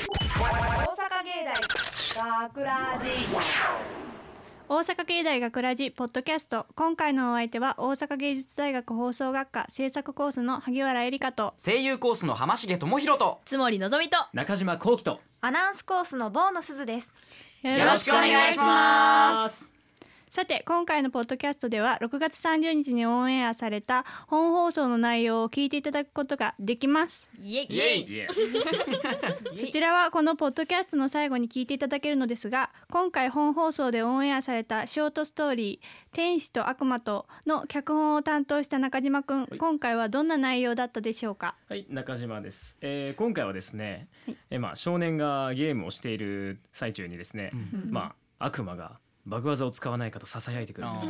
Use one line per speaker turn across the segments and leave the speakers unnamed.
大阪芸大学ラジ
大阪芸大学ラジポッドキャスト今回のお相手は大阪芸術大学放送学科制作コースの萩原絵里香と
声優コースの浜重智博と
つもりのぞみと
中島幸喜と
アナウンスコースのボーノすずです。
よ
ろしくお願いし
ますさて今回のポッドキャストでは6月30日にオンエアされた本放送の内容を聞いていただくことができます
イエイ
イエイ
イエ
そちらはこのポッドキャストの最後に聞いていただけるのですが今回本放送でオンエアされたショートストーリー「天使と悪魔と」の脚本を担当した中島くん
い
今回はどんな内容だったでしょうか
はい中島です、えー、今回はですね、えーまあ少年がゲームをしている最中にですね、まあ悪魔がバグ技を使わないかと囁いてくるんです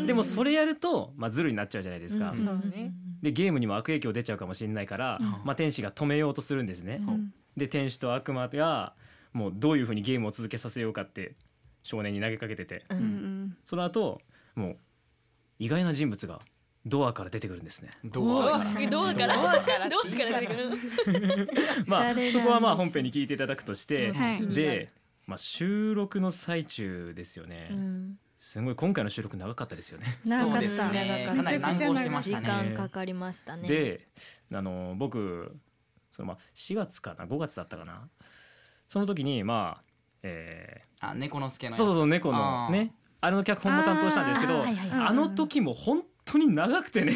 ね、でもそれやるとまあズルになっちゃうじゃないですか、
うん
そうね
でゲームにも悪影響出ちゃうかもしれないから、まあ天使が止めようとするんですね、
ん
で天使と悪魔がもうどういうふうにゲームを続けさせようかって少年に投げかけてて、
うん
うん
その後もう意外な人物がドアから出てくるんですね
どう
ドアからドアからドアから出てくる
ま
誰な
あ
んでしょ
そうこはまあ本編に聞いていただくとして、
はい
で、まあ、収録の最中ですよね、
うん
すごい今回の収録長かったですよね。
長かっ
そう
た
ですねか
長かった
なり難航してまし
時
たね
間かかりましたね
であの僕そのまあ4月かな5月だったかなその時にまあ、え
あ猫之助
ー
の
そうそうそう猫の
あー
ねあれの脚本も担当したんですけ
あ
どあ,、
ーはいはい
はい
の時も本当に長くてね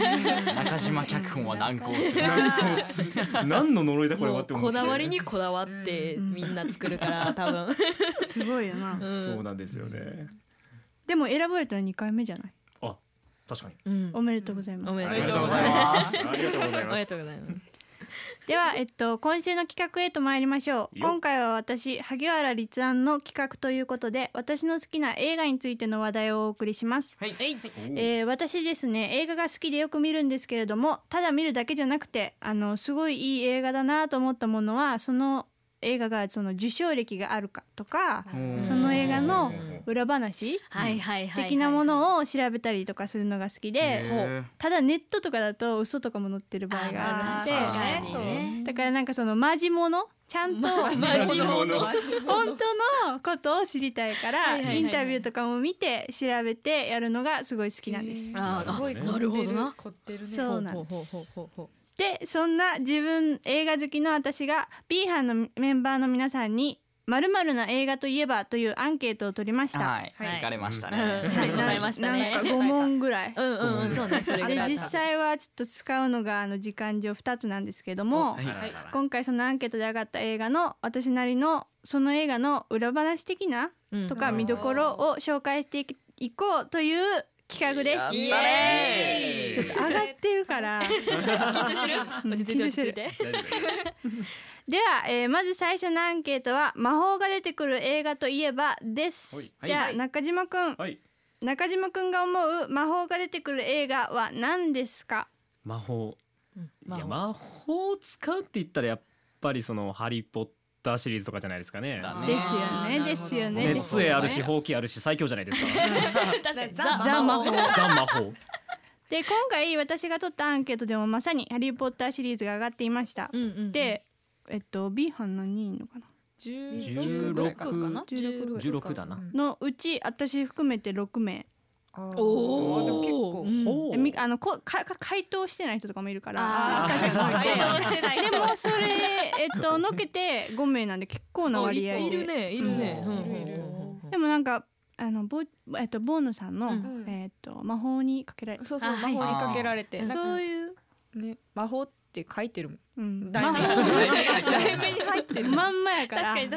中島脚本は難航する
なんかす 何の呪いだこれは
も
っ
う
て思
こ
って
だわりにこだわってみんな作るから多分
すごいよな
うん
そうなんですよね
でも選ばれたの2回目じゃない
あ確かに
うん
おめでとうございます
おめ
あ
で
りが
と
と
うご
うご
ざ
ざ
い
い
ま
ますありがとうござい
すおめでとうご
ます
ざいます
では、えっと、今週の企画へと参りましょう
いいよ
今回は私萩原律案の企画ということで私の好きな映画についての話題をお送りします、
はい
えい
えー私ですね映画が好きでよく見るんですけれどもただ見るだけじゃなくてあのすごいいい映画だなと思ったものはその映画がその受賞歴があるかとかその映画の裏話
はいはいはい
的なものを調べたりとかするのが好きで、
へー
ただネットとかだと嘘とかも載ってる場合があって
あまあ
確かに
ね
だからなんかそのマジものちゃんと
マジ
本
もの
当のことを知りたいか
は
ら
いはいはいはい
インタビューとかも見て調べてやるのがすごい好きなんです。
あーあなるほどな
凝ってるね。
そうなんで
ほう
す
ほうほうほうほ
でそんな自分映画好きの私が B 班のメンバーの皆さんに「まるな映画といえば」というアンケートを取りました。
はい
はい
行かれました
ううん
ね
答えましたね
なんか5問ぐらい。
うんうんうんそうねそれ
あ
ぐ
れ
らい
実際はちょっと使うのがあの時間上2つなんですけども、
はいはい
今回そのアンケートで上がった映画の私なりのその映画の裏話的な
うん
とか見どころを紹介していきいこうという企画です。
イ
ち
エ
ょっと上がってるから。
緊張してる落ち着いて落ち着いて
大丈夫大丈夫
では、えーまず最初のアンケートは魔法が出てくる映画といえばです。
はい
じゃあ、
はい
中島くん、
はい
中島くんが思う魔法が出てくる映画は何ですか？
魔法い
ま
や
あ
魔法を使うって言ったらやっぱりその「ハリー・ポッター」シリーズとかじゃないですかね。
だ
ですよ
あ
ね、
ー
ですよ
な
ね。
るほど
ね、
ですよ
杖
ね
あるし、ほうきあるし、最強じゃないですか。
確かに
ザ
ザ魔法
ザ・魔法。
で今回私が取ったアンケートでもまさに「ハリー・ポッター」シリーズが上がっていました
う。んうんうん
で、えっと、B 班何人いるのかな
16ぐらいかな
16
16だな。
のうち私含めて6名
おお結構
ほ
みあのこかか回答してない人とかもいるから
あー
そういう人たちが多い
してない。
ででもそれ、えっ と、のけて5名なんで結構な割合で
いるねいるね
うん
でもなんかあのボ,、えっと、ボーノさんの、
うん
えっと、魔法にかけられ
そうそう
あ
魔法
はい
にかけられて
あー
なんか
そういう、
ね魔法って書いてるもん。
うん、
題
魔
名
法
題名に入ってる。
まんまやからうん
名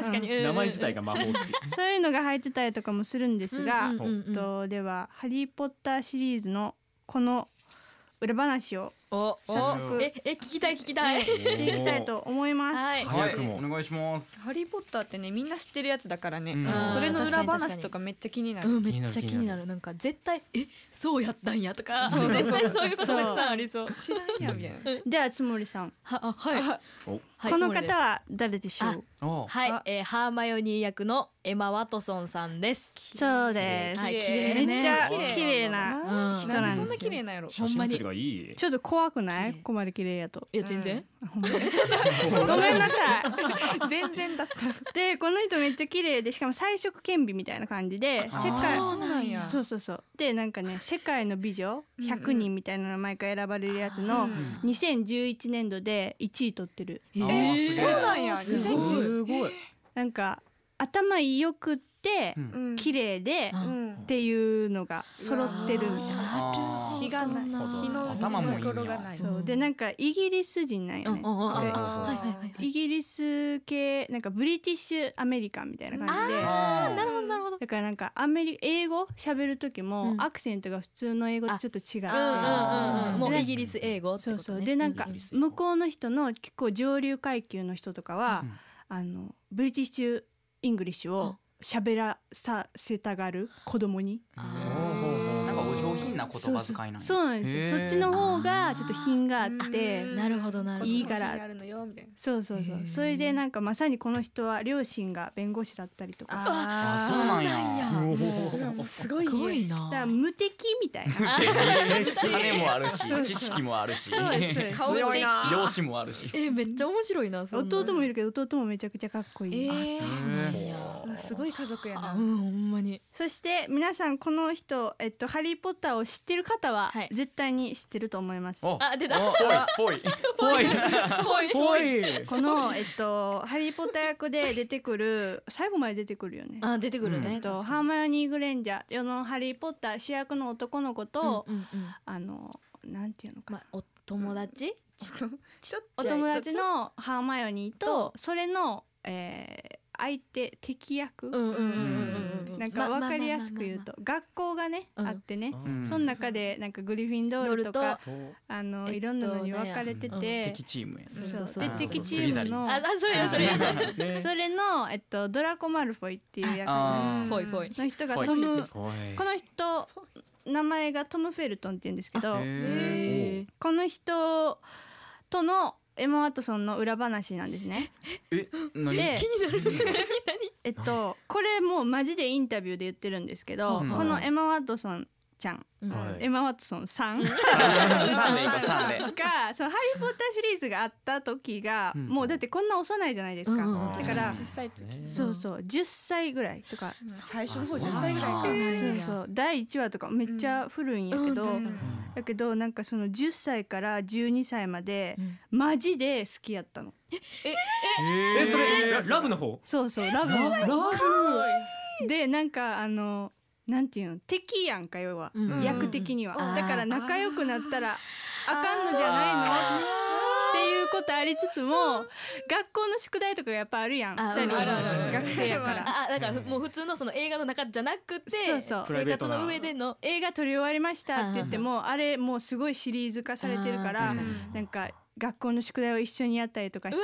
前自体が魔法っていう。
そういうのが入ってたりとかもするんですが、
うんうんうん
えっとでは「ハリー・ポッター」シリーズのこの裏話を
お
早
お
速
ええ聞きたい聞きたい
していきたいと思います。
はい
はい
早くも
お願いします
ハリーポッターってねみんな知ってるやつだからね
う。ん
それの裏
あー確かに確か
話
に
とかめっちゃ気にな
う
る。
んめっちゃ
気
気
になる気
に
に
な
な
るなんか絶対えそうやったんやとか
そうそうそう
絶対そういうことたくさんありそう
知らんやみたいな。
ではつもりさん、
はあはい
お
はい
こ
つ
の
もりで
方
す
は誰でしょう
お
はいえーハーマヨニー役のエマワトソンさんです
そうです、
はい
綺
綺麗ね
麗
めっちゃ
綺麗
綺麗な
な
うん
なんでそんな綺麗なんやろ。
写真写りがいい。
ちょっと怖怖くない
綺麗
ここまで綺麗やと
いや全然、
あほんまです ごめんなさい
全然だっ た。
でこの人めっちゃ綺麗でしかも彩色顕微みたいな感じで
あ
世界
そうなんや
そうそうそうでなんかね世界の美女100人みたいなの毎回選ばれるやつの2011年度で1位取ってる
え
えーそうなんや。
す
2010
ごい
すごい。
なんか頭良くって
うん
うん
綺麗で
あ
うん
っていうのが揃ってるみたいな
あー
日がない。
あ
日の
頭もいいんや
転がない。
そうでなんかイギリス人なんよね
うんうんうん
で
あー
はいはいはいはい
イギリス系なんかブリティッシュアメリカンみたいな感じで
あー
なるほどなるほど
だからなんかアメリ英語喋る時
う
も
ん
アクセントが普通の英語とちょっと違う
うんうんうんうんもう
ね
イギリス英語ってこと
そ
ね
うそうでなんか
うん
向こうの人の結構上流階級の人とかは
うん
あのブリティッシュ・イングリッシュを喋らさせたがる子供に
うんなんかお上品な言葉遣いなんや
そうなんですよ
へ
そ
ー
っちの方がちょっと品があっ
う
て
ん
なるほどなるほど
いいから
こっちも気になるのよみたいな。
そうそうそうそれでなんかまさにこの人は両親が弁護士だったりとか
あそう
あ
なん
な
や
んや
ー。すごい
すご
家。
い
だから
な
無敵みたいな
金もある
そうそ
し
う
知識もあるし
そうですそうです
顔
強いな
的
容姿もあるし
えめっちゃ面白いなそんな
弟もいるけど弟もめちゃくちゃかっこいい、
ええ
そうなんや
ー。すごい家族や
あ
な
う。んほんまに
そして皆さんこの人、えっと、ハリー・ポッターを知ってる方は
はい
絶対に知ってると思います、
お
あ出た
ぽいぽいぽいぽい
この、えっと、ハリー・ポッター役で出てくる最後まで出てくるよね、
あ出てくる
うん
え
ね
っと、ハーマイオニー・グレンジャー世のハリー・ポッター主役の男の子と、
うんうんうん
あのなんていうのか、
まあお友達
ちょっと
お友達のハーマイオニーとそれの、えー相手敵役、
うんうんうんうん
なんか分かりやすく言うと学校がね、
うん
あってね、
うん
その中でなんかグリフィンドールと
ドー
か
ルと
あの、
えっと
いろんなのに分かれて
なん
て、
敵チームや
そうそうそう
で
そう
敵チームの
ああそれやそれや
ね
それの、えっと、ドラコ・マルフォイっていう役の
あ
ぽいぽい
人がトム
ぽい
この人名前がトム・フェルトンって言うんですけど
へ
この人とのエマ・ワトソンの裏話なんですね。
え何
で
になる
えっとこれもうマジでインタビューで言ってるんですけど、
うん
このエマ・ワトソンちゃん、
うん
はい
エマ・ワトソンさん
三でいこう三で
がそのハリー・ポッター」シリーズがあった時が、
うん
もうだってこんな幼いじゃないですか、
うん
だから
小さい時
ね
そうそう10歳ぐらいとか、
最初の方
あそう
10歳ぐらいか
え
な。
そうそう第1話とかめっちゃ古いんやけど、
うん
確かに
だけどなんかその10歳から12歳まで
うん
マジで好きやったの
えそれララブの方
そうそうラ
ラ
ブ
ブ
でなんかあのなんていうの敵やんか要は、
うん
役的には
うん
だから仲良くなったらあかんのじゃないのっていうことありつつも学校の宿題とかやっぱあるやん
あ
2人
あるあるあ
る
学生やから
ああだからふもう普通のその映画の中じゃなくて
そうそう
プライ
生
ベート
活
な
の上での
映画撮り終わりましたって言ってもあれもうすごいシリーズ化されてるか
あー
ら
確
なんか学校の宿題を一緒にやったりとかして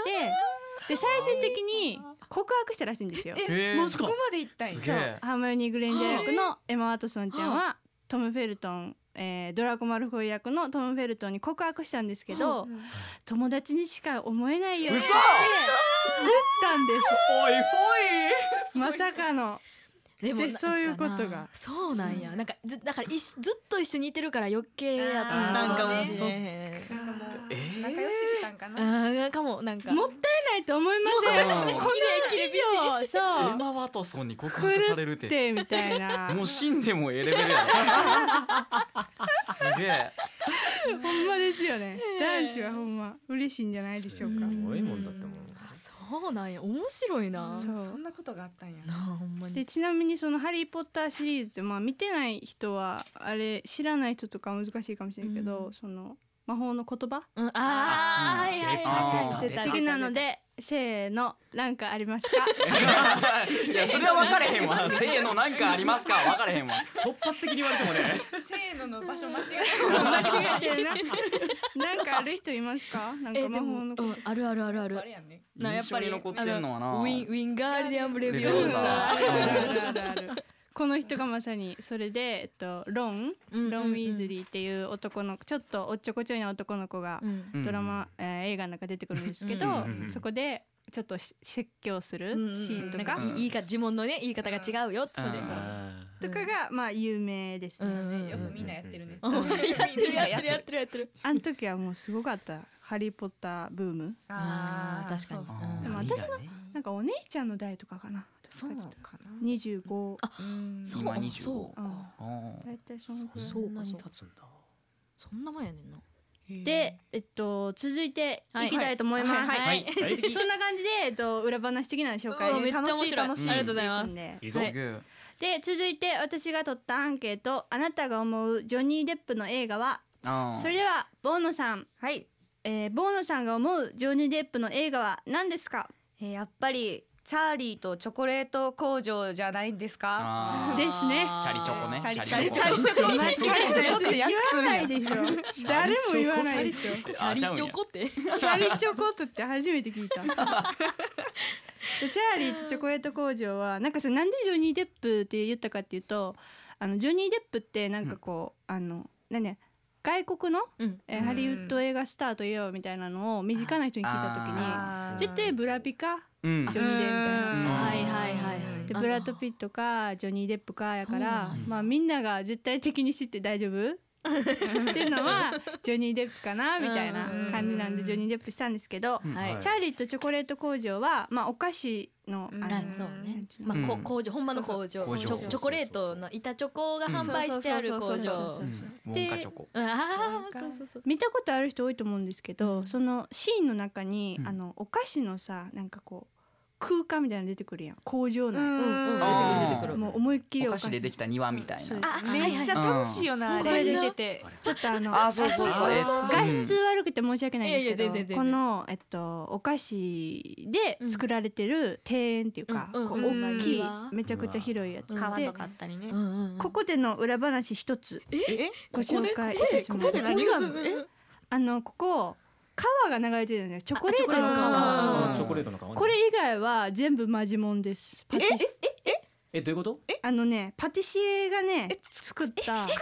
で最終的に告白したらしいんですよ。
え
もうそこまで行ったんや。
すげえ
ハーマイオニー・グレンジャー役のエマ・ワトソンちゃんはトム・フェルトン、えードラコ・マルフォイ役のトム・フェルトンに告白したんですけど
うん
友達にしか思えないよって
嘘
言ったんです
おい
まさかの
でも
で
なんか
そういうことが
そうなんやなんかずだからいしずっと一緒にいてるから余計やったなんかもしれへん
なんかもう
えー
仲良すぎたんか
あ
な。
ーかもなんか
もったいないと思いません
うん
こんなん以上
エ
そう
マ・ワトソンに告白
狂
されるっ
っててみたいな
もう死んでもええレベルやろすげえ
ほんまですよね男子はほんま嬉しいんじゃないでしょうか
すごいもんだってもん
あそうなんや面白いな
そう
そんなことがあったんや。
なあほんまに
でちなみにその「ハリー・ポッター」シリーズって、まあ、見てない人はあれ知らない人とかは難しいかもしれないけど、
うん
その魔法の言葉
うんあーはいはいはい
あ
は
ー
い出た出
的な
た
のでせーのなんかあり ますか
いやそれは分かれへんわせーのなんかありますかは分かれへんわ
突発的に言われてもね
せーのの場所間違
間違えてるななんかある人いますかなん
え
か
で
魔
も
法の
う
言
んあるあるあるあ
え
る
た。あれやんね。
なやっぱり
印象に残ってんのはな
あウィンウィンガーディアンブレビ
レ
オ
ビ
ー
オ
葉
ーサ
サ
あるあるあるあるこの人がまさにそれで、えっと、ロン
うんうんうん
ロン・ウィーズリーっていう男のちょっとおっちょこちょいな男の子が
うん
うん
ドラマ、えー映画の中出てくるんですけど、
うん
うんうん
そこでちょっとし説教するシーンとか、
なんかいい言い方自問のね言い方が違うよって
うん
それ
そう
と
とかがまあ有名ですね、
うん
よく みんなやってるね。
うんやってるやってるやってるやってる。
あの時はもうすごかった「ハリー・ポッター」ブーム
ああ確かに。
そう
でも
うん
私
の
なんかお姉ちゃんの代とかかな
そうかな。
25あ
そう
今25
そう
うん
か。
大体そのくらい
そうかそう
経つんだ
そんな前やねんな。
で、えっと、続いて
はい
いきたいと思います、
はい
はいはい
そんな感じで、えっと、裏話的な紹介
うんめっちゃ面白
楽し
い
い楽しい
ありがとうございます
ってうんで
いいぞ
はいで続いて私が取ったアンケート「あなたが思うジョニー・デップの映画は?」それではボーノさん、
はい、
えー、ボーノさんが思うジョニー・デップの映画は何ですか
えーやっぱりチャーリーとチョコレート工場じゃないんですか
あー
ですね
チャリチョコね
チャリ
チャリ
チャリチ
チョ
ョ
コ
コチャリチョコって訳す
言
る
わなんい
や
でしょ誰も言わないです
チャリチョコ
チャリチョコ
あ
って。
チャリチョコートって初めて聞いたでチャーリーとチョコレート工場はなんかそれなんでジョニー・デップって言ったかっていうとあのジョニー・デップってなんかこう、あの何ね外国の、
うん
えーハリウッド映画スターといえばみたいなのを身近な人に聞いた時に
あー
絶対ブラピか
ちゃんうん
ジョニー・デップみたいな。
うん
はいはいはいはい。
でブラッド・ピットかジョニー・デップかやから
そうなん
や
まあみんなが絶対的に知って大丈夫っていうのはジョニー・デップかなみたいな感じなんでジョニー・デップしたんですけど、
うん
はい
チャーリーとチョコレート工場は、まあ、お菓子のあ
うん
の
あそうね。ま
う
あ
ん
こ工場本場の工場。チ
う工場
ョチョコレートの板チョコが販売してある工
そうそう
場
そ。う
ウォンカチョコ
うんああそうそうそう。
見たことある人多いと思うんですけど、
うん
そのシーンの中に、
うん
あのお菓子のさなんかこう空間みたいなの出てくるやん工場
う
内、
んうん
あー
出てくる出てくる。
もう思いっきり
お菓子でできた庭みたいな
そうです
あ
めっちゃ楽しいよなあ
これ
れ
で
見てて。
ちょっとあの
あーそうそうそうえっと
外出悪くて申し訳ないんですけど、
いやいや全然全然
この、えっと、お菓子で作られてる庭園っていうか、
うん
こ
う
うん大きい、
うん
めちゃくちゃ広いやつ
う
で
ん
皮とかあったりね
うんうんうん
ここでの裏話一つ
え
ご紹介いたします
ここで何があんの？え
あのここ川が流れてるんですよチョコレートの
あ
川
チョコレートの顔ね
これ以外は全部マジモンですパティ
えどういうこと
あのねパティシエがね作った
たんえ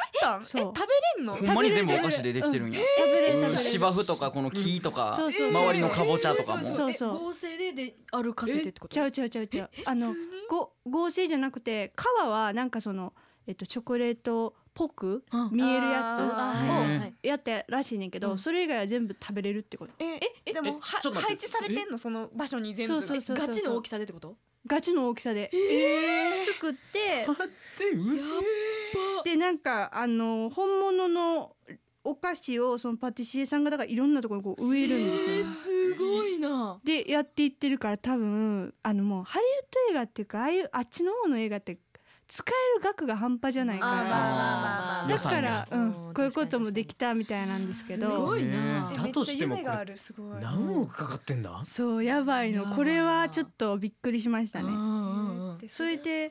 食
そう
べれんの
ほ？んまに全部お菓子でできてるんや
食べれ
うん
た
芝生とかこの木とか
そうそうそう
周りのかぼちゃとかも
そうそうそう
え合成でであるカセテってこと
ちゃうちゃうちゃうちゃうあのご合成じゃなくて皮はなんかその、えっと、チョコレートっぽく
うん
見えるや
あ
つ
ーはい
うん
はい
をやったらしいねんけど、
うん
それ以外は全部食べれるってこと
ええでもは
ちょっと待って
配置されてんのその場所に全
そう
部。
そうそうそう
ガチの大
き
きさでってこと
ガチの大きさで、作ってでなんかあの本物のお菓子をそのパティシエさんがだからいろんなところにこう植えるんですよ、
すごいな
でやっていってるから多分あのもうハリウッド映画っていうかああいうあっちの方の映画って使える額が半端じゃないか
あー
ら
まあまあまあまあ
だ
予
か
算
ら
が、
うん
うん、
こういうこともできたみたいなんですけ
す
ど
ごいな
ねだ
え
としても
めっちゃ夢があるすごい。
何億かかってんだ
そうやばい
やば
の
い
これはちょっとびっくりしました
う
ね。
んうんうん
それで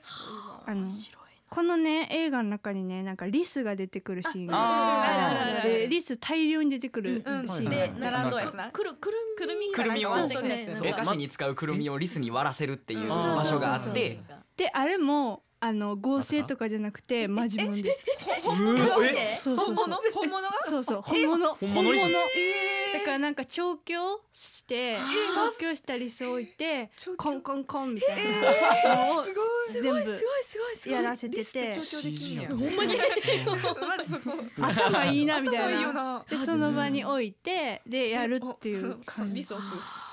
あの
面白い
このね映画の中にねなんかリスが出てくるシーンが
あー
あるある
でリス大量に出てくるシ
うん
ーン
はいはい
で
で並んどうやつな。
くるくるみ
くるみ
くるみを
そうそうそう
そうお菓子に使うくるみをリスに割らせるっていう
あー
場所があっ
そう
て
であれもあの合成とかじゃなくてマジモンです。そうそうそう
本物本物が
そうそう本物
本物
だ
リス
からなんか調教して調教したリスを置いてコンコンコンみたいなのを
す
全
ごい
部
すごいすごいすごい
やらせて
リスって
て
調教できんや。
ほ
ほ
ん
ん
ま
ま
に
に。まずそこ。
頭いいなみた
頭いい
い
よ
な。
な。
でその場に置いてでやるっていう
そ
感
リ
じ。
スオフ。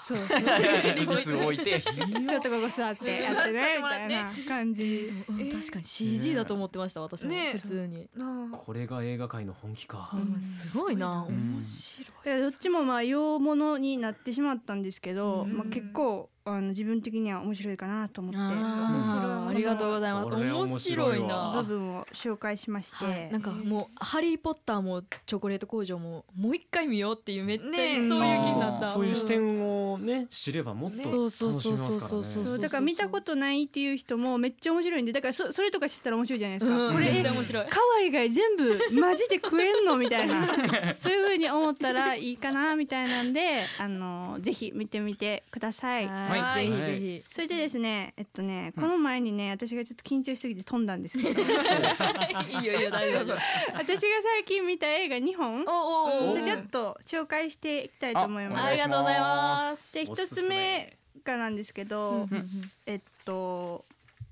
そうそう
リスを置いて
ちょっとここ座ってやってねみたいな感じ。
うん確かに CG だと思ってました私も
ねえ
普通に
なあ。
これが映画界の本気か
うんすごいな
うん
面白い
でどっちもまあ洋物になってしまったんですけど、
うん
まあ結構あの自分的には面白いかなと思って
面
白い
ありがとうございます
これ
面
面
白
白
い
い
部
わ
な
分を紹介しまして、
なんかもう「ハリー・ポッター」も「チョコレート工場」ももう一回見ようっていうめっちゃそういう気
ねえ
になった
あーそういう視点をね知ればもっと
そう
楽
そうそう
し
そう
めますから
そうそう
ね
そうだから見たことないっていう人もめっちゃ面白いんでだからそそれとか知ったら面白いじゃないですか、
うん
こ
絶
れ
対面白い
カワ以外全部マジで食えんのみたい なそういう風に思ったらいいかなみたいなんであのぜひ見てみてください。
はいいぜひぜ
それでですね、えっとね、この前にね、私がちょっと緊張しすぎて飛んだんですけど、
ひいいよいいよ大丈夫
私が最近見た映画2本、
おお
ちょちょっと紹介していきたいと思い
お
ま
あ
願い
り
し
が
ます
とうございます
す。で、
お
一
すす
つ目
め
がなんですけど、
うんうんうん
えっと、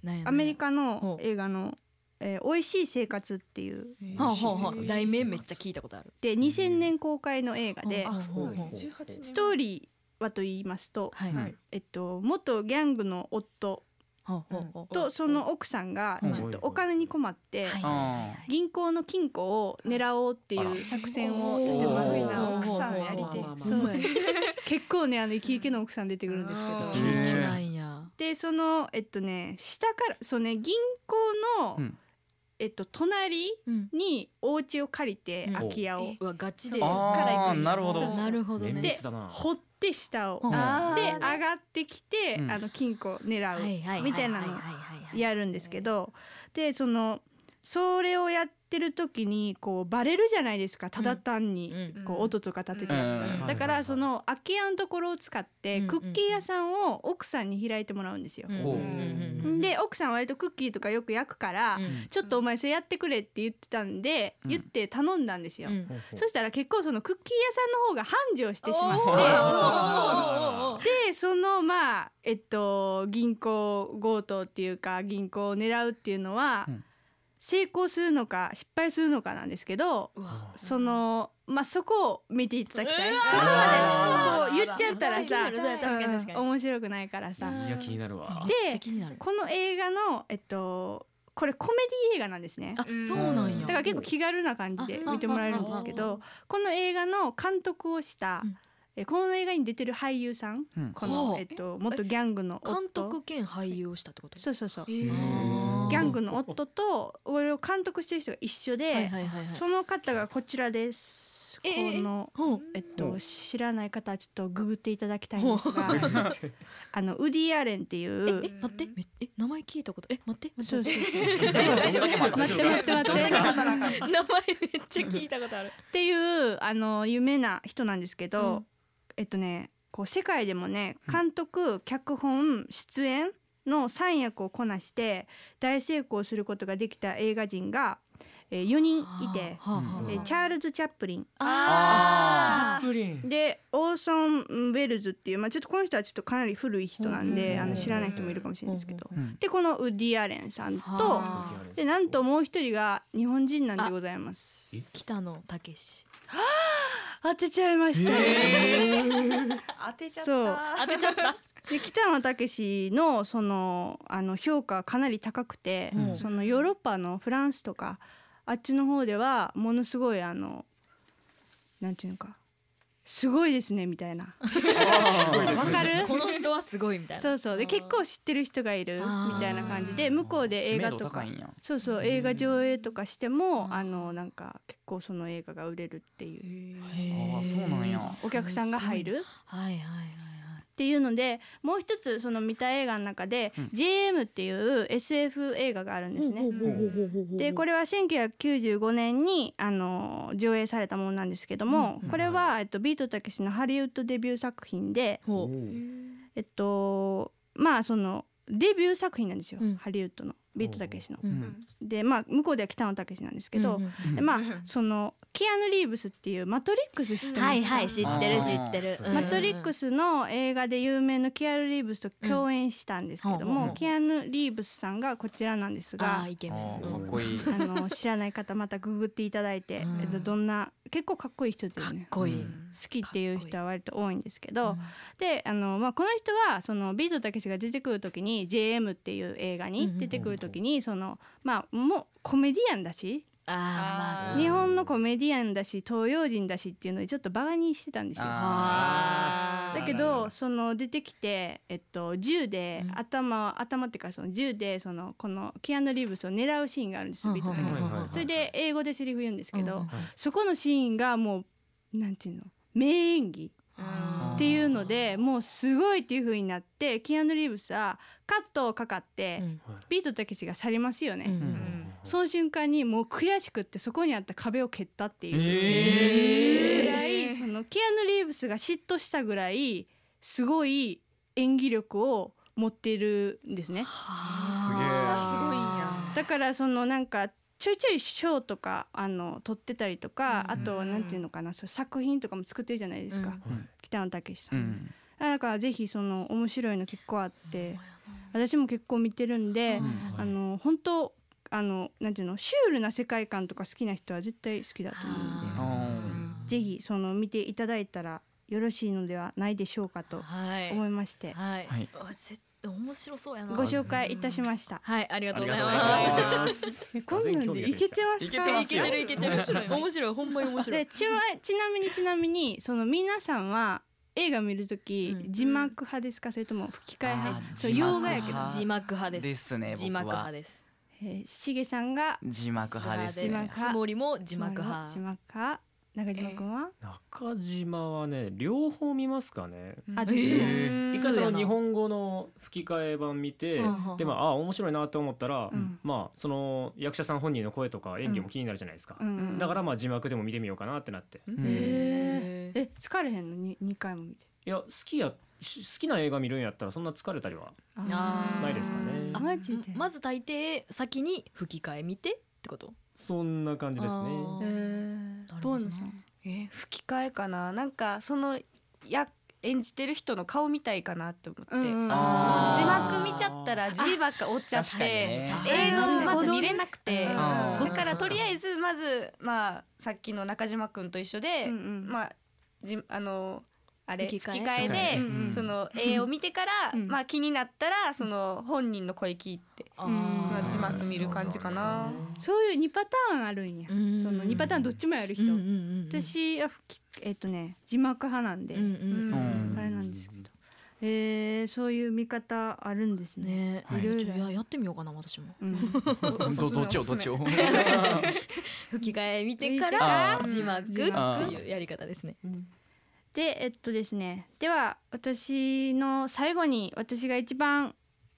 なんやなんや
アメリカの映画のえー美味しい生活」っていう
はあはあはあ題名めっちゃ聞いたことある。
で2000年公開の映画で、
あそう
ほうほう
ストーリーはと言いますと、
はい
うん
はい。
えっと、元ギャングの夫
ほうほうほう
とその奥さんが
うん
ちょっとお金に困って、
はい
あ
銀行の金庫を狙おうっていう作戦を立て
お
ま
ー
す
すごいな奥さんやりてえ
そうなんです
結構ねあのイケイケの奥さん出てくるんですけど
あー
すげえ
そうなんや。
でそのえっとね下からそうね銀行の、
うん
えっと隣
うん。
にお家を借りて、
うん
空き家を
うわガチで。
あーなるほど
なるほど
綿
ね。
密だな
掘って下を
うん
あ
で
ー
上がってきて、
うん
あの金庫を狙う、
はいはい
みたいなの
はいはいはいはい
やるんですけどでそのそれをやってる時にこうバレるじゃないですかただ単に。
うん
こう音とか立ててやってたら、
うん
だからその空き家のところを使って
うん
クッキー屋さんを奥さんに開いてもらうんですよ。
うん
ほう
うん
で奥さん割とクッキーとかよく焼くから、
うん
ちょっとお前それやってくれって言ってたんで、
うん
言って頼んだんですよ、
うん
そしたら結構そのクッキー屋さんの方が繁盛してしまっ
あ
てでそのまあえっと銀行強盗っていうか銀行を狙うっていうのは、
うん
成功するのか失敗するのかなんですけど
うわ
そのまあそこを見ていただきたい、
うわ
そこまでそう言っちゃったら
気にな
さ
るそれは確かに確かに
うん面白くないからさ、
ーいや気になるわ
で
めっちゃ気になる。
この映画のえっとこれコメディ映画なんですね
あ
うん
そうなんや。
だから結構気軽な感じで見てもらえるんですけどこの映画の監督をした、
うん
えこの映画に出てる俳優さん
うん
こ
ほ
の、
う
えっと、元ギャングの夫
監督兼俳優をしたってこと。
そうそうそうギ
へ
ー
ャングの夫と俺を監督してる人が一緒で、
はいはいはいはい。
その方がこちらです。こ
えええ
の
ほう
えっ
ほ
と、知らない方はちょっとググっていただきたいんですがあのウディ・アレンっていう
え待ってめえ名前聞いたことえ待って待
そう
って
そうそう
どんだけ待たせ
待
て
っ
る
て待って待って
なかな か
名前めっちゃ聞いたことある。
っていうあの有名な人なんですけど、
うん
えっとねこう世界でもね監督脚本出演の三役をこなして大成功することができた映画人が、えー、4人 いて、
はあはあ
えーチャールズ・チャップリン
あ
プリン
でオーソン・ウェルズっていう、まあ、ちょっとこの人はちょっとかなり古い人なんで、
うん
あの知らない人もいるかもしれないですけど、
うん
でこのウッディ・アレンさんと
はあ
でなんともう一人が日本人なんでございます
え。
北野武。
当てちゃいました、
当てちゃっ
そう
当
た
てちゃった。
で北野武のそのあの評価はかなり高くて、
うん
そのヨーロッパのフランスとかあっちの方ではものすごいあのなんていうのかすごいですねみたいなわかる
この人はすごいみたいな。
そうそうで結構知ってる人がいる
あー
みたいな感じで向こうで映画とか
知名度高いんや
そうそう映画上映とかしてもあのなんか結構その映画が売れるっていう
あーそうなんや
お客さんが入。る
はいはいはい
っていうのでもう一つその見た映画の中で、
うん
JM っていう SF 映画があるんですね。
はい。
でこれは1995年にあの上映されたものなんですけども、これは、えっと、ビートたけしのハリウッドデビュー作品で、
ほう。
えっと、まあそのデビュー作品なんですよ、
うん
ハリウッドのビートたけしの。
うん
でまあ向こうでは北野武なんですけど、
うんうん
でまあそのキアヌ・リーブスっていう「マトリックス」知ってますか、
はいはい知って
あ
る知
ー
ってる。
マトリックス
ス
の映画で有名のキアヌ・リーブスと共演したんですけども、
うん
キアヌ・リーブスさんがこちらなんです
が
が
イケメ
あ
ン。
ーかっこ いい
あの知らない方またググっていただいて、
うん
えっと、どんな結構かっこいい人ですよ
かっ
ね。
こいい。
好きっていう人は割と多いんですけど、
うん
であの、まあ、この人はそのビートたけしが出てくる時に「JM」っていう映画
うんう
に
ん
出てくる時にその、まあ、もうコメディアンだし
あーまあそう
日本のコメディアンだし東洋人だしっていうのでちょっとバカにしてたんですよ。
あー
だけどその出てきて、えっと、銃で
うん
頭,、頭っていうかその銃でそのこのキアヌ・リーブスを狙うシーンがあるんですよビートたけし
はいはいはい
それで英語でセリフ言うんですけど、
うん
そこのシーンがもうなんていうの名演技
うん
っていうのでもうすごいっていう風になってキアヌ・リーブスはカットをかかって、
うん
ビートたけしが去りますよね、
う
うんん
その瞬間にもう悔しくってそこにあった壁を蹴ったっていう。
え
ぐらいそのキアヌ・リーブスが嫉妬したぐらいすごい演技力を持っているんですね
あ
だからそのなんかちょいちょい賞とかあの取ってたりとか、あとはなんていうのかなそう作品とかも作ってるじゃないですか、
うんうん
北野武さ。
うんん
だからぜひその面白いの結構あって私も結構見てるんで、
うん
あの本当あのなんていうのシュールな世界観とか好きな人は絶対好きだと思うぜひその見ていただいたらよろしいのではないでしょうかと
はい
思いまして、
はい、
はい
あぜ面白そうやな
ご紹介いたしました。
はいありがとうござい
ありがとうござい
ま
ますす
えこんなんでいけてますか
いけてますよ
いけてるいけてる面白いほんまに面白
で
い
ちまちなみにちなみにその皆さんは映画見るとき、
うん
字幕派ですかそれとも吹き替え派
あー
そう
字幕
洋画やけど、
派
字幕派です
ですね
字
僕
幕派
は
です
えー、しげさんが
字幕派です
字幕
ね
派
つもりも字幕
字幕
派
派中島君は、
中島はね両方見ますかね
あどっちも、
うん
一回そ
そうや
の
な
日本語の吹き替え版見て
うん
でまああ面白いなと思ったら、
うん
まあその役者さん本人の声とか演技も気になるじゃないですか、
うんうん
だからまあ字幕でも見てみようかなってなって、
うん
へえ疲れへんのに二回も見て
いや好きやし好きな映画見るんやったらそんな疲れたりは
あー
ないですかね
あ
マジで
まず大抵先に吹き替え見てってこと
そんな感じですね
あ
え
な
ー、
る
ボ
ほ
ー
ど
ノ
な
さん
えー吹き替えかななんかそのや演じてる人の顔みたいかなって思って、
うん
あ
字
ー
幕見ちゃったら字ばっか追っちゃっ
確かに
て
ね
映像まず見れなくて
うん
あー
だからとりあえずまずまあさっきの中島くんと一緒で、
うんうん
まあじあのあれ
吹
吹
き
き
替え
替えで、
うん
その絵を見てから、
うん
まあ気になったらその本人の声聞いて
あ
うん
そ
ー
の字幕見る感じかな。
そういう二パターンあるんや、
うん
その二パターンどっちもやる人、
うんうんうんうん
私は吹きえっ、とね字幕派なんで、
うん
うん
うん
あれなんですけど、えー、そういう見方あるんです
うん
ね。
ね
はい
いろいろややってみようかな私も
うん、
おす
ど
すめ
どっちをどっ ちを
吹き替え見てか
あ
ら
ー
字幕ってい
あー
うやり方ですね
でえっとですねでは私の最後に私が一番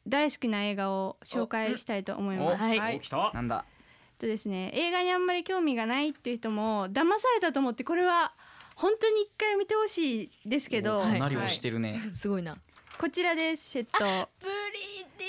大好きな映画を紹介したいと思い
お
ます。えっ
はい
お来た
なんだ
とですね映画にあんまり興味がないっていう人も騙されたと思ってこれは本当に一回見てほしいですけど、
おかなり
はい
押してるね
すごいな
こちらですえっと
プリティ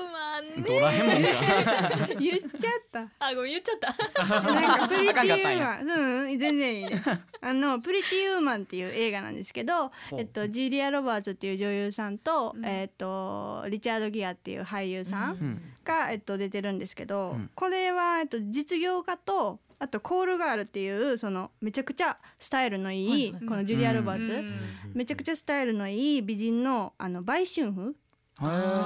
ウーマン
ドラえもんか
言っちゃった。
あごめん言っちゃった
なんかプリティ
赤
ウ
かったん
ー
や
マン、うんうん、全然いいね。あのプリティウーマンっていう映画なんですけど、
ほう
えっとジュリアロバーツっていう女優さんと、
うん
えっとリチャードギアっていう俳優さ
うんん
うん
が、えっと出てるんですけど、
うん
これはえっと実業家とあとコールガールっていうそのめちゃくちゃスタイルのいい、
はいはい
このジュリアロバーツ、
うん
めちゃくちゃスタイルのいい美人のあの売春婦、そこ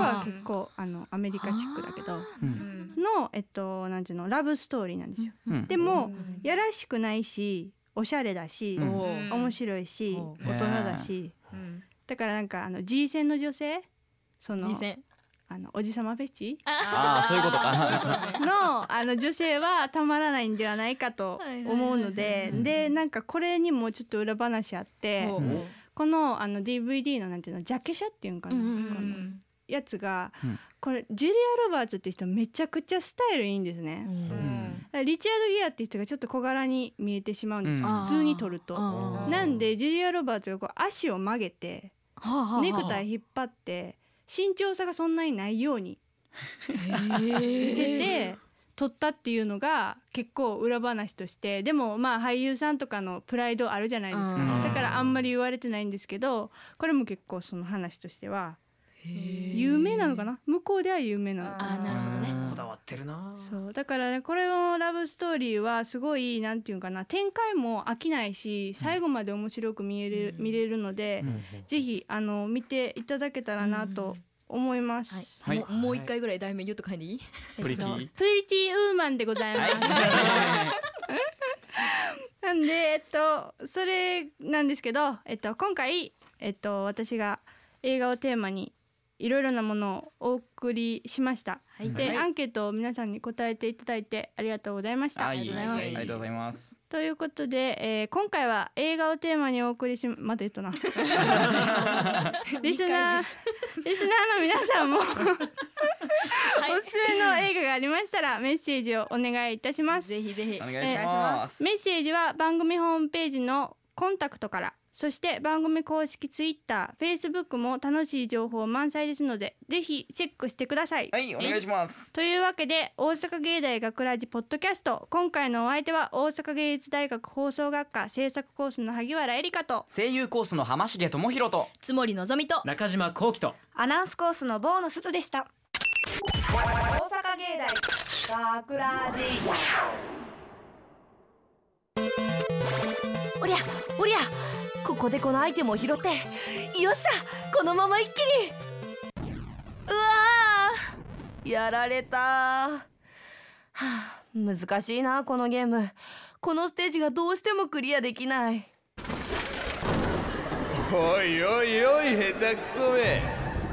は
あ
結構あのアメリカチックだけど
う
うんん
のえっとなんていうのラブストーリーなんですよ。
うん
でもやらしくないしおしゃれだし、
うん
お
うん
面白いし、
うん
大人だし、
うん
だからなんかあの G 線の女性その
人選
あのおじさまフェチ
ああそういうことか
のあの女性はたまらないんではないかと思うのででなんかこれにもちょっと裏話あって
お
うん
このあの DVD のなんていうのジャケ写っていうんかな、
うん
このやつが、
うん
これジュリア・ロバーツって人めちゃくちゃスタイルいいんですね。
う
うん
ん
リチャード・ギアって人がちょっと小柄に見えてしまうんですよ、
うん
普通に撮ると。
あー
なんでジュリア・ロバーツがこう足を曲げてネクタイ引っ張って身長差がそんなにないように見
見
せて撮ったっていうのが結構裏話としてでもまあ俳優さんとかのプライドあるじゃないですか
うん
だからあんまり言われてないんですけどこれも結構その話としては有名なのかな向こうでは有名なの
あーなるほどね
こだわってるな
そうだからねこれのラブストーリーはすごいなんていうかな展開も飽きないし最後まで面白く見える、
うん
見れるので、
うん
ぜひあの見ていただけたらなと思います。
はい
は
ももう一回ぐらい題名言っとかんでいい
プリティ
プリティウーマンでござ います。なんでえっとそれなんですけど、えっと今回えっと私が映画をテーマにいろいろなものをお送りしました。
はい
で、
はい
アンケートを皆さんに答えていただいてありがとうございました。
はいありがとうございます
ということで、えー今回は映画をテーマにお送りしまた言った なリスナーリスナーの皆さんもおすすめの映画がありましたらメッセージをお願いいたします
ぜひぜひ
お願いします
メッセージは番組ホームページのコンタクトからそして番組公式ツイッター、フェイスブックも楽しい情報満載ですのでぜひチェックしてください、
はいお願いします
というわけで大阪芸大学ラジポッドキャスト今回のお相手は大阪芸術大学放送学科制作コースの萩原絵里香と
声優コースの浜重智博と
つもりのぞみと
中島幸喜と
アナウンスコースのボーノスズでした
大阪阪芸大学ラジ
おりゃおりゃここでこのアイテムを拾ってよっしゃこのまま一気にうわーやられたはあ難しいなこのゲームこのステージがどうしてもクリアできない
おいおいおい下手くそめ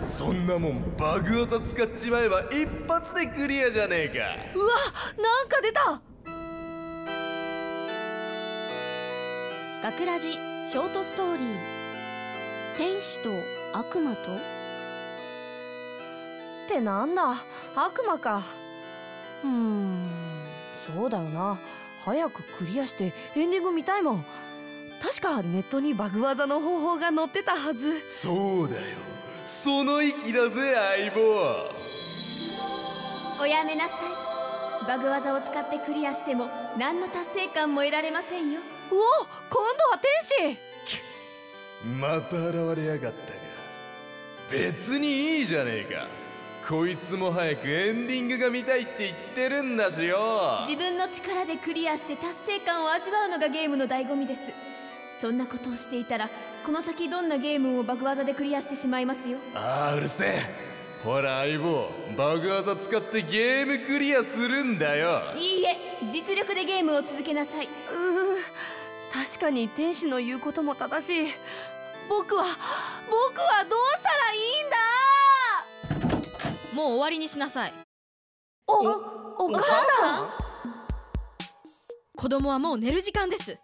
そんなもんバグ技使っちまえば一発でクリアじゃねえか
うわなんか出た
学ラジショートストーリー天使と悪魔と
ってなんだ悪魔かうーんそうだよな早くクリアしてエンディング見たいもん確かネットにバグ技の方法が載ってたはず
そうだよその息だぜ相棒
おやめなさいバグ技を使ってクリアしても何の達成感も得られませんよ
おお今度は天使
また現れやがったか別にいいじゃねえかこいつも早くエンディングが見たいって言ってるんだしよ
自分の力でクリアして達成感を味わうのがゲームの醍醐味ですそんなことをしていたらこの先どんなゲームをバグ技でクリアしてしまいますよ
ああうるせえほら相棒バグ技使ってゲームクリアするんだよ
いいえ実力でゲームを続けなさいう
ー確かに天使の言うことも正しい僕は僕はどうしたらいいんだ
もう終わりにしなさい
おお母さん
子供はもう寝る時間です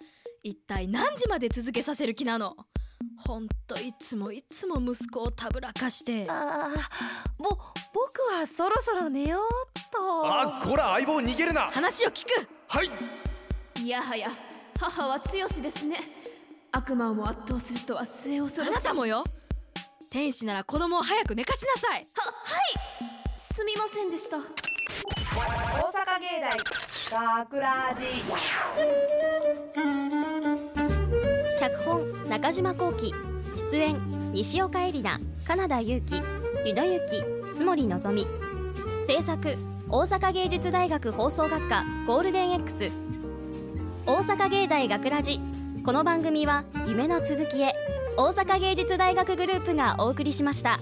一体何時まで続けさせる気なのほんといつもいつも息子をたぶらかして
あーぼ僕はそろそろ寝ようっと
あこら相棒逃げるな
話を聞く
はい
やはや母は強しですね悪魔をも圧倒するとは末恐ろし
あ
い
なたもよ天使なら子供を早く寝かしなさい
すみませんでした
大阪芸大学ラジ
脚本中島幸喜出演西岡絵里奈金田裕貴湯戸由紀津森のぞみ制作大阪芸術大学放送学科ゴールデン X 大阪芸大学ラジこの番組は夢の続きへ大阪芸術大学グループがお送りしました。